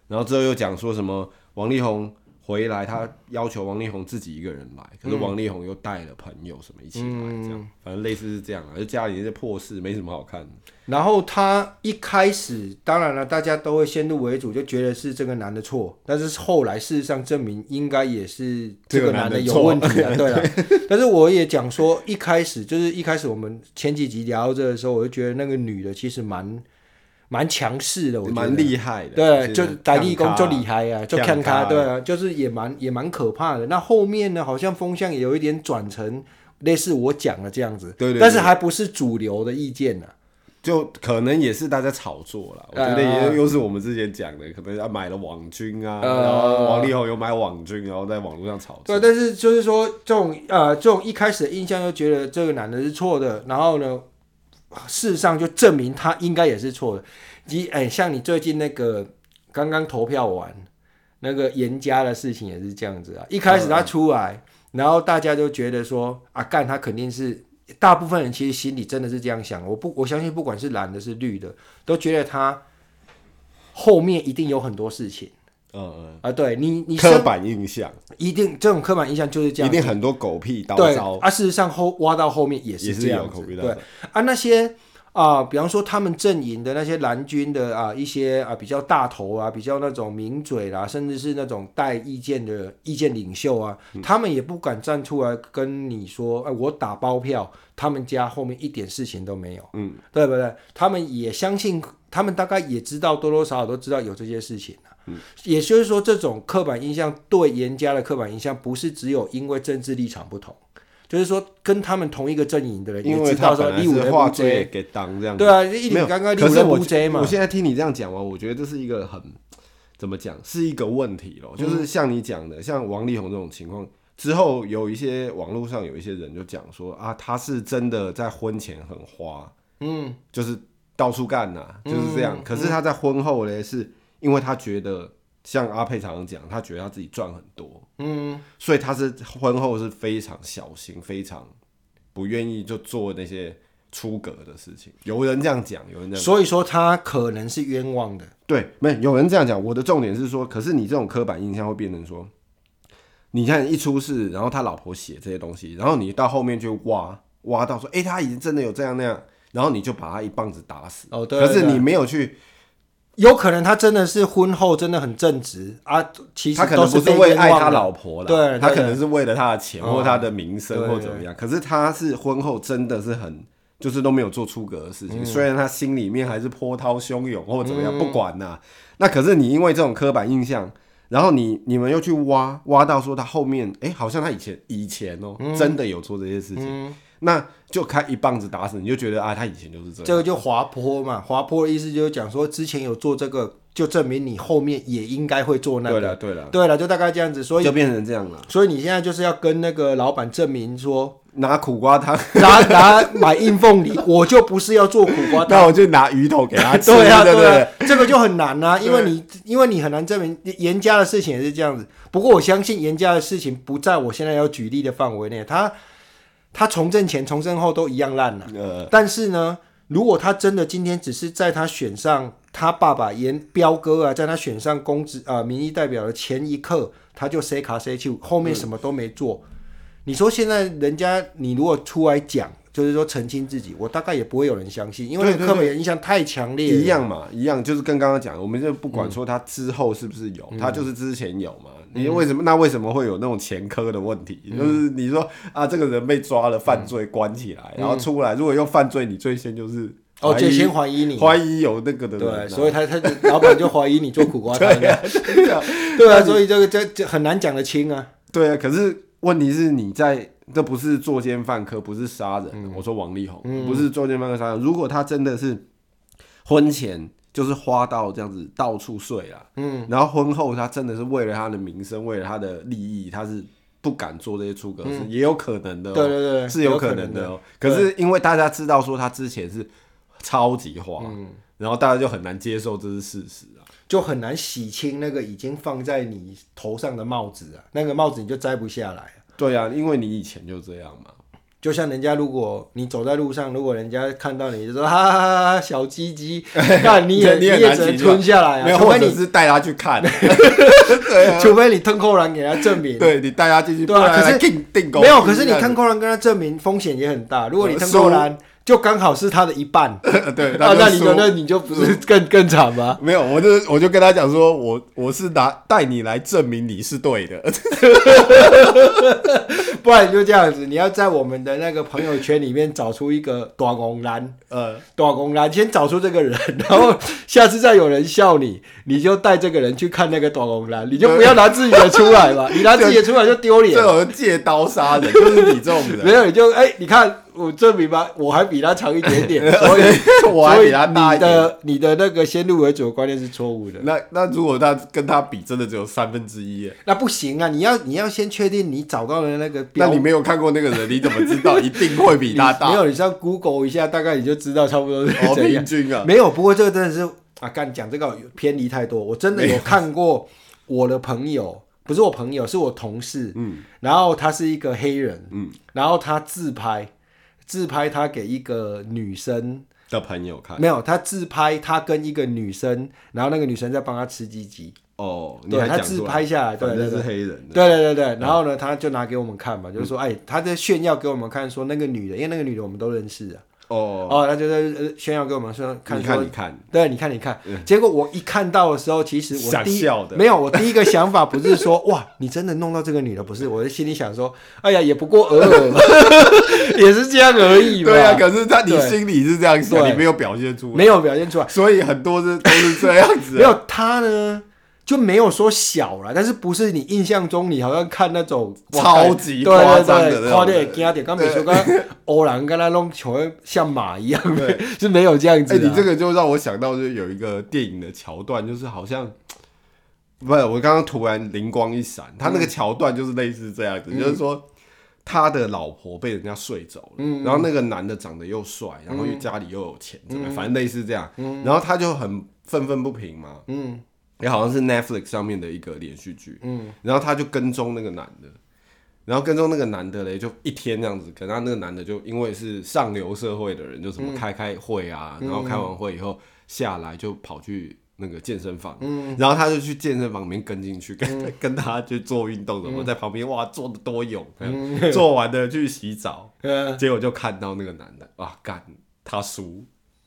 S2: 然后之后又讲说什么王力宏回来，他要求王力宏自己一个人来，可是王力宏又带了朋友什么一起
S1: 嗯
S2: 来，这样，反正类似是这样啊，就家里那些破事没什么好看的。
S1: 然后他一开始，当然了，大家都会先入为主，就觉得是这个男的错，但是后来事实上证明应该也是这个男的有问题啊， 对了。但是我也讲说，一开始就是一开始我们前几集聊到这的时候，我就觉得那个女的其实蛮蛮强势的，我觉得
S2: 蛮厉害的，
S1: 对，
S2: 就
S1: 就是打立功就
S2: 看
S1: 厉
S2: 他
S1: 害啊，就
S2: 呛
S1: 看他，
S2: 他
S1: 对啊，就是也蛮也蛮可怕的。那后面呢，好像风向也有一点转成类似我讲的这样子，
S2: 对对对
S1: 但是还不是主流的意见呢、
S2: 就可能也是大家炒作了，我
S1: 哎
S2: 觉得也又是我们之前讲的，可能要买了网军啊，
S1: 呃
S2: 然后王力宏有买网军，然后在网络上炒
S1: 对，，
S2: 作
S1: 但是就是说这种呃这种一开始的印象就觉得这个男的是错的，然后呢，事实上就证明他应该也是错的。即哎、像你最近那个刚刚投票完那个严家的事情也是这样子啊，一开始他出来，然后大家就觉得说啊干他肯定是。大部分人其实心里真的是这样想，我不我相信，不管是蓝的是绿的，都觉得他后面一定有很多事情
S2: 嗯
S1: 啊。对你，你
S2: 嗯，
S1: 身
S2: 刻板印象
S1: 一定这种刻板印象就是这
S2: 一
S1: 样，
S2: 定很多狗屁叨
S1: 对
S2: 叨，
S1: 啊，事实上后挖到后面也
S2: 也
S1: 是
S2: 是
S1: 这
S2: 有
S1: 样子
S2: 口碑，叨
S1: 对
S2: 叨
S1: 啊，那些啊、比方说他们阵营的那些蓝军的啊、一些啊、比较大头啊，比较那种名嘴啦，甚至是那种带意见的意见领袖啊，
S2: 嗯
S1: 他们也不敢站出来跟你说，哎、我打包票，他们家后面一点事情都没有，嗯，对不对？他们也相信，他们大概也知道多多少少都知道有这些事情、啊也就是说，这种刻板印象对严家的刻板印象，不是只有因为政治立场不同，就是说跟他们同一个阵营的人
S2: 因
S1: 也
S2: 为
S1: 知
S2: 他
S1: 道说
S2: 本来
S1: 你有
S2: 是
S1: 人
S2: 话
S1: 不
S2: 最
S1: 追，
S2: 给当这样子，
S1: 对啊，一
S2: 没
S1: 点
S2: 有
S1: 刚刚你
S2: 可
S1: 有
S2: 是
S1: 人
S2: 我
S1: 不追
S2: 我
S1: 嘛，
S2: 现在听你这样讲完，我觉得这是一个很怎么讲是一个问题咯，就是
S1: 嗯
S2: 像你讲的，像王力宏这种情况之后，有一些网络上有一些人就讲说啊，他是真的在婚前很花，
S1: 嗯，
S2: 就是到处干呐、就是这样。
S1: 嗯
S2: 可是他在婚后嘞，是因为他觉得像阿佩常常讲，他觉得他自己赚很多，
S1: 嗯，
S2: 所以他是婚后是非常小心，非常不愿意就做那些出格的事情。有人这样讲，有人这样讲
S1: 所以说他可能是冤枉的，
S2: 对，没有人这样讲。我的重点是说，可是你这种刻板印象会变成说，你看一出事，然后他老婆写这些东西，然后你到后面去挖挖到说，诶，他已经真的有这样那样，然后你就把他一棒子打死。
S1: 哦对
S2: 可是
S1: 对
S2: 你没有去，
S1: 有可能他真的是婚后真的很正直啊，其实
S2: 他可
S1: 都
S2: 能不
S1: 是被
S2: 为
S1: 冤
S2: 爱
S1: 枉
S2: 他
S1: 的
S2: 老婆啦，
S1: 对对
S2: 他可
S1: 对
S2: 能是为了他的钱
S1: 哦
S2: 或他的名声
S1: 对
S2: 或怎么样。可是他是婚后真的是很。就是都没有做出格的
S1: 嗯
S2: 事情，虽然他心里面还是波涛汹涌或怎么样，不管呐、那可是你因为这种刻板印象，然后你你们又去挖挖到说他后面，哎、好像他以前以前哦、
S1: 嗯
S2: 真的有做这些事情，那就开一棒子打死，你就觉得啊，他以前就是这
S1: 这
S2: 样。
S1: 个就滑坡嘛，滑坡的意思就是讲说之前有做这个，就证明你后面也应该会做那
S2: 对
S1: 个。
S2: 了对了，
S1: 对了，就大概这样子，所以
S2: 就变成这样了，哦
S1: 所以你现在就是要跟那个老板证明说，
S2: 拿苦瓜汤，
S1: 拿拿买硬凤梨，我就不是要做苦瓜汤。
S2: 那我就拿鱼头给他 吃，
S1: 对啊，
S2: 对不
S1: 对啊，这个就很难啊，因为你因为你很难证明严家的事情也是这样子。不过我相信严家的事情不在我现在要举例的范围内，他他从政前、从政后都一样烂啊了、
S2: 呃，
S1: 但是呢，如果他真的今天只是在他选上他爸爸严彪哥啊，在他选上公职啊、呃民意代表的前一刻，他就 say 卡 say 去，后面什么都没做。你说现在人家你如果出来讲，就是说澄清自己，我大概也不会有人相信，因为那
S2: 对
S1: 个
S2: 对
S1: 刻板印象太强烈了。
S2: 一样嘛，一样，就是跟刚刚讲的，我们就不
S1: 嗯
S2: 管说他之后是不是有，他就是之前有嘛。
S1: 嗯
S2: 你为什么？那为什么会有那种前科的问题？就是你说啊，这个人被抓了犯
S1: 嗯
S2: 罪，关起来，然后出来，如果又犯罪，你最先就是
S1: 哦，
S2: 怀疑
S1: 就先怀疑你。
S2: 怀疑有那个的人啊，
S1: 对，所以他他就老板就怀疑你做苦瓜汤啊，
S2: 对啊，
S1: 对啊，所以这个这这很难讲得清啊。
S2: 对啊。可是问题是，你在这不是作奸犯科，不是杀人。啊
S1: 嗯
S2: 我说王力宏、不是作奸犯科杀人。如果他真的是婚前就是花到这样子到处睡啦，
S1: 嗯，
S2: 然后婚后他真的是为了他的名声，为了他的利益，他是不敢做这些出格事，也有可能的、
S1: 嗯
S2: 哦，
S1: 对对对，
S2: 是
S1: 有
S2: 可
S1: 能
S2: 的、哦。可是因为大家知道说他之前是超级花，
S1: 嗯
S2: 然后大家就很难接受这是事实啊。
S1: 就很难洗清那个已经放在你头上的帽子啊，那个帽子你就摘不下来。
S2: 对啊，因为你以前就这样嘛。
S1: 就像人家，如果你走在路上，如果人家看到你就说哈哈哈哈小鸡 鸡，那你也
S2: 你也
S1: 也
S2: 难
S1: 只能
S2: 洗出来
S1: 吞下来
S2: 没有，
S1: 啊，除
S2: 或
S1: 非
S2: 者
S1: 你
S2: 是带他去看，啊
S1: 除非你吞扣篮给他证明，
S2: 对你带他进去，
S1: 对啊
S2: 不然
S1: 可是
S2: 他定定钩
S1: 没有，可是你
S2: 看
S1: 吞扣篮跟他证明风险也很大，如果你
S2: 呃
S1: 吞扣篮就刚好是他的一半，啊，
S2: 对，他
S1: 那你
S2: 输嗯
S1: 就那你就不是更更惨吗？
S2: 没有，我就我就跟他讲说，我我是拿带你来证明你是对的，
S1: 不然就这样子，你要在我们的那个朋友圈里面找出一个短红蓝。
S2: 呃，
S1: 短工啦，先找出这个人， 然后下次再有人笑你，你就带这个人去看那个短工啦，你就不要拿自己的出来 嘛，你拿自己的出来就丢脸
S2: 这。种借刀杀人就是你这种
S1: 没
S2: 人，
S1: 有，你就哎、你看我证明吧，我还比他长一点点，所以
S2: 我还比他
S1: 所以
S2: 大一
S1: 你
S2: 点。
S1: 的你的那个先入为主的观念是错误的，
S2: 那那如果他跟他比，真的只有三分之一耶，
S1: 那不行啊！你要你要先确定你找到的那个
S2: 那
S1: 标
S2: 你没有看过那个人，你怎么知 道一定会比他
S1: 没
S2: 大？
S1: 有，你上 Google 一下，大概你就知道差不多是
S2: 哦，
S1: 怎样
S2: 平。均啊，
S1: 没有，不过这个真的是啊，干讲这个偏离太多。我真的有看过我的朋友，不是我朋友，是我同事。嗯，然后他是一个黑人，嗯，然后他自拍，自拍他给一个女生，
S2: 的朋友看
S1: 没有，他自拍他跟一个女生，然后那个女生在帮他吃鸡鸡，
S2: 哦，你
S1: 对
S2: 还
S1: 他
S2: 讲
S1: 自
S2: 出来，
S1: 拍下来，对
S2: 反
S1: 对
S2: 正
S1: 对
S2: 是黑人，嗯
S1: 对对对对，然后呢，他就拿给我们看嘛，就是说，哎，他在炫耀给我们看，说那个女的，因为那个女的我们都认识啊，
S2: 哦，
S1: 哦，他就在呃炫耀给我们说，看
S2: 你
S1: 说
S2: 看你看，
S1: 对，你看，你看，结果我一看到的时候，其实我
S2: 嗯想
S1: 第一
S2: 笑的
S1: 没有，我第一个想法不是说哇，你真的弄到这个女的，不是，我就心里想说，哎呀，也不过偶尔 嘛，也是这样而已嘛，
S2: 对啊，可是他你
S1: 对
S2: 心里是这样想，
S1: 对
S2: 你没有表现出来，
S1: 没有表现出来，
S2: 所以很多是都是这样子
S1: 没
S2: 啊。
S1: 有她呢就没有说小了，但是不是你印象中你好像看那种哇
S2: 超级
S1: 对对
S2: 夸张的
S1: 对
S2: 那种
S1: 夸张
S2: 人
S1: 的惊点，刚美说刚欧然跟哦他弄球像马一样， 是没有这样子
S2: 哎、
S1: 的啊，
S2: 你这个就让我想到，就是有一个电影的桥段，就是好像不是，我刚刚突然灵光一闪，他
S1: 嗯
S2: 那个桥段就是类似这样子，就是说他的老婆被人家睡走了，
S1: 嗯
S2: 然后那个男的长得又帅，然后又家里又有钱，怎么
S1: 嗯
S2: 样反正类似这样，然后他就很愤愤不平嘛，
S1: 嗯
S2: 也好像是 Netflix 上面的一个连续剧，
S1: 嗯，
S2: 然后他就跟踪那个男的，然后跟踪那个男的嘞，就一天这样子跟，然后那个男的就因为是上流社会的人，就什么开开会啊，
S1: 嗯
S2: 然后开完会以后下来就跑去那个健身房，嗯，然后他就去健身房里面跟进去，跟、
S1: 嗯
S2: 跟他去做运动什么，在旁边哇做的多勇，
S1: 嗯
S2: 嗯做完的去洗澡，
S1: 呃，
S2: 结果就看到那个男的啊干他输。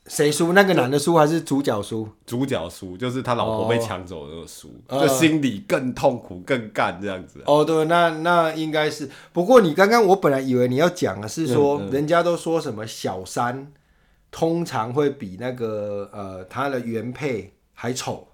S1: 谁输？那个男的输还是主角输？
S2: 主角输，就是他老婆被抢走的那个输，
S1: 哦
S2: 就心里更痛苦、更干这样子。
S1: 哦，对，那那应该是。不过你刚刚我本来以为你要讲的是说，人家都说什么小三通常会比那个呃他的原配还丑。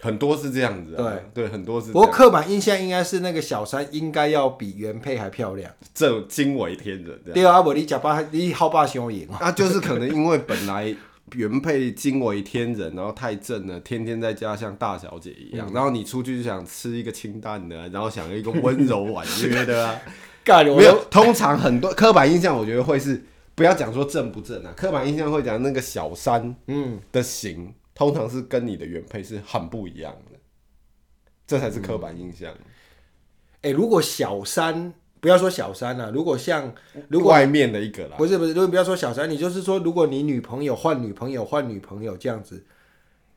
S2: 很多是这样子、啊，对对，很多是这
S1: 不过
S2: 样，
S1: 刻板印象应该是那个小三应该要比原配还漂亮。
S2: 这惊为天人这样。
S1: 对啊，我你假巴你好霸雄 赢。
S2: 啊，就是可能因为本来原配惊为天人，然后太正了，天天在家像大小姐一
S1: 嗯
S2: 样，然后你出去就想吃一个清淡的啊，然后想要一个温柔婉约的啊，
S1: 干 我
S2: 没有，通常很多刻板印象，我觉得会是不要讲说正不正啊，刻板印象会讲那个小三
S1: 嗯，
S2: 的型，通常是跟你的原配是很不一样的，这才是刻板印象。
S1: 嗯哎、如果小三不要说小三了、如果像如果
S2: 外面的一个啦，
S1: 不是不是，如果不要说小三，你就是说，如果你女朋友换女朋友换女朋友这样子，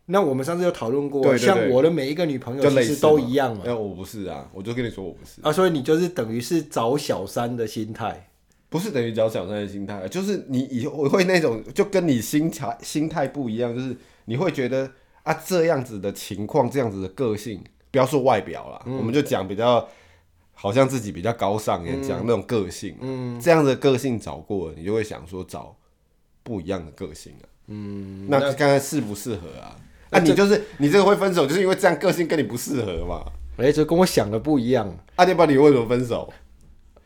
S1: 那我们上次有讨论过，
S2: 对对对
S1: 像我的每一个女朋
S2: 就
S1: 友其
S2: 类
S1: 实
S2: 似
S1: 都一样
S2: 嘛
S1: 嘛。
S2: 哎、我不是啊，我就跟你说我不是，
S1: 啊，所以你就是等于是找小三的心态。
S2: 不是等于找小三的心态，就是你以后会那种就跟你心态心态不一样，就是你会觉得啊这样子的情况，这样子的个性，不要说外表啦，
S1: 嗯
S2: 我们就讲比较。好像自己比较高
S1: 嗯
S2: 尚一点，讲那种个性，嗯，这样的个性找过了，你就会想说找不一样的个性啊，嗯，那看看适不适合啊？那、你就是你这个会分手，就是因为这样个性跟你不适合嘛？
S1: 哎、这跟我想的不一样，
S2: 啊，你把你为什么分 手？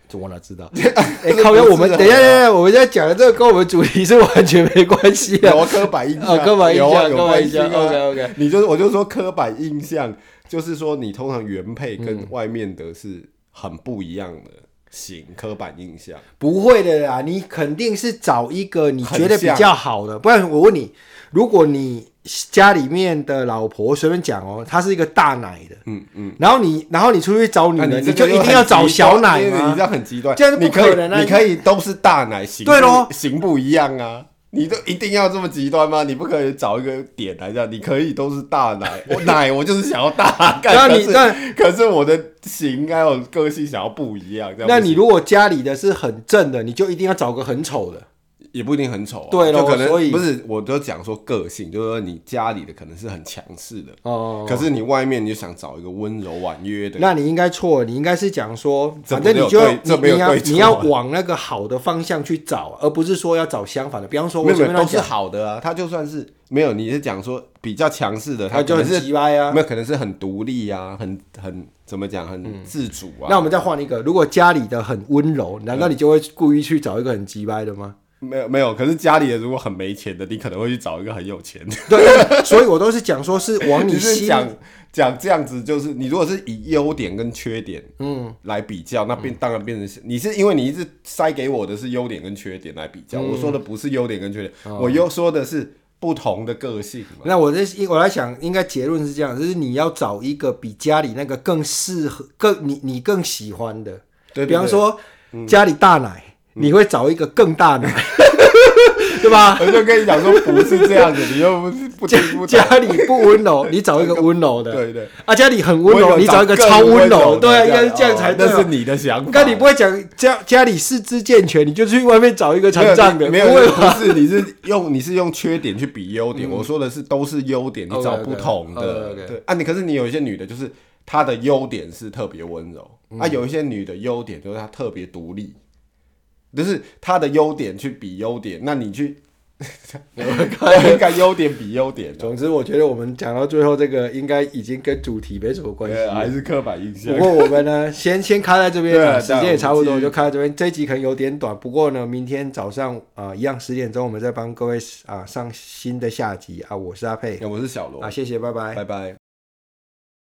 S1: 这我哪知 道？哎、靠腰，
S2: 这不
S1: 我们
S2: 是
S1: 等一下，
S2: 很
S1: 等一下，我们现在讲的这个跟我们主题是完全没关系 的。
S2: 有啊刻板印
S1: 哦
S2: 象，
S1: 刻板印
S2: 有啊
S1: 象
S2: 有
S1: 刻板
S2: 关
S1: 印
S2: 系
S1: 象哦
S2: 啊。
S1: ，OK，OK
S2: 你就是我就说刻板印象，就是说你通常原配跟外面的是很不一样的型，刻板印象。
S1: 不会的啦，你肯定是找一个你觉得比
S2: 很像
S1: 较好的，不然我问你，如果你家里面的老婆随便讲哦，她是一个大奶的，
S2: 嗯嗯，
S1: 然后你然后你出去找女
S2: 那
S1: 人，
S2: 你
S1: 你
S2: 这
S1: 就
S2: 个
S1: 一
S2: 又
S1: 定
S2: 很
S1: 要
S2: 极
S1: 找
S2: 端
S1: 小奶
S2: 因为你
S1: 吗
S2: 这？样很极端，
S1: 这样是不
S2: 你可以
S1: 可能啊
S2: 你可以都是大奶型，
S1: 对咯
S2: 不型不一样啊。你都一定要这么极端吗？你不可以找一个点来这样，你可以都是大 奶，我奶我就是想要大，
S1: 那
S2: 干
S1: 啊你
S2: 可是
S1: 那
S2: 可是我的型还有个性想要不一样，这样
S1: 那
S2: 不
S1: 你
S2: 行
S1: 如果家里的是很正的，你就一定要找个很丑的。
S2: 也不一定很丑、啊，
S1: 对咯
S2: 就可能
S1: 所以
S2: 不是，我都讲说个性，就是说你家里的可能是很强势的，
S1: 哦，
S2: 可是你外面你就想找一个温柔婉约的，
S1: 那你应该错了，你应该是讲说，
S2: 这
S1: 反正
S2: 没有
S1: 你就
S2: 对
S1: 你
S2: 这没有
S1: 你要
S2: 对错
S1: 你要
S2: 啊
S1: 往那个好的方向去找，而不是说要找相反的。比方说，
S2: 没
S1: 我
S2: 有没
S1: 随
S2: 有
S1: 便
S2: 都
S1: 乱
S2: 是
S1: 讲，
S2: 好的啊，他就算是没有，你是讲说比较强势的，他
S1: 那就
S2: 可
S1: 很
S2: 能是
S1: 鸡掰啊。
S2: 没有可能是很独立啊，很很怎么讲，
S1: 嗯
S2: 很自主啊。
S1: 那我们再换一个，如果家里的很温柔，难道
S2: 嗯
S1: 你就会故意去找一个很鸡掰的吗？
S2: 没有没有，可是家里的如果很没钱的，你可能会去找一个很有钱的。
S1: 对，对所以我都是讲说是往
S2: 你
S1: 你
S2: 是
S1: 心
S2: 讲讲这样子，就是你如果是以优点跟缺点，嗯，来比较，那变当然变成是你是因为你一直塞给我的是优点跟缺点来比较，我
S1: 嗯
S2: 说的不是优点跟缺点，
S1: 哦
S2: 我又说的是不同的个性嘛。
S1: 那我在我在想，应该结论是这样，就是你要找一个比家里那个更适合、更你你更喜欢的。
S2: 对对嗯
S1: 比方说、家里大奶，你会找一个更大 奶，对吧？
S2: 我就跟你讲说不是这样子，你又不是不听不懂，
S1: 家里不温 柔，你找一个温柔的。
S2: 对对。
S1: 啊，家里很温柔，你找一个
S2: 更
S1: 超温
S2: 柔
S1: 柔，
S2: 的，
S1: 对啊，应该是这样才
S2: 哦
S1: 对嘛。
S2: 那是你的想法。
S1: 那你不会讲家家里四肢健全，你就去外面找一个
S2: 没
S1: 残
S2: 有
S1: 障的，
S2: 没
S1: 不会
S2: 有，
S1: 吧嗯
S2: 不是，你是用你是用缺点去比优点。我说的是都是优点，你
S1: OK，OK，
S2: 找不同的。
S1: OK，OK
S2: 对啊，你可是你有一些女的，就是她的优点是特别温柔，啊，
S1: 嗯
S2: 有一些女的优点就是她特别独立，就是她的优点去比优点，那 你去 看优点比优点 啊，
S1: 总之，我觉得我们讲到最后，这个应该已经跟主题没什么 关系
S2: 对，
S1: 了
S2: 还。是刻板印象
S1: 不。过我们呢，先先开在这边
S2: 对
S1: 哎啊，
S2: 啊
S1: 时间也差不
S2: 对啊
S1: 多，
S2: 我们
S1: 就开在这边。这一集可能有点短，不过呢，明天早上啊、呃一样十点钟，我们再帮各位啊、上新的下集啊。我是阿佩
S2: 哎我是小罗
S1: 啊，，谢谢，拜拜。
S2: 拜拜。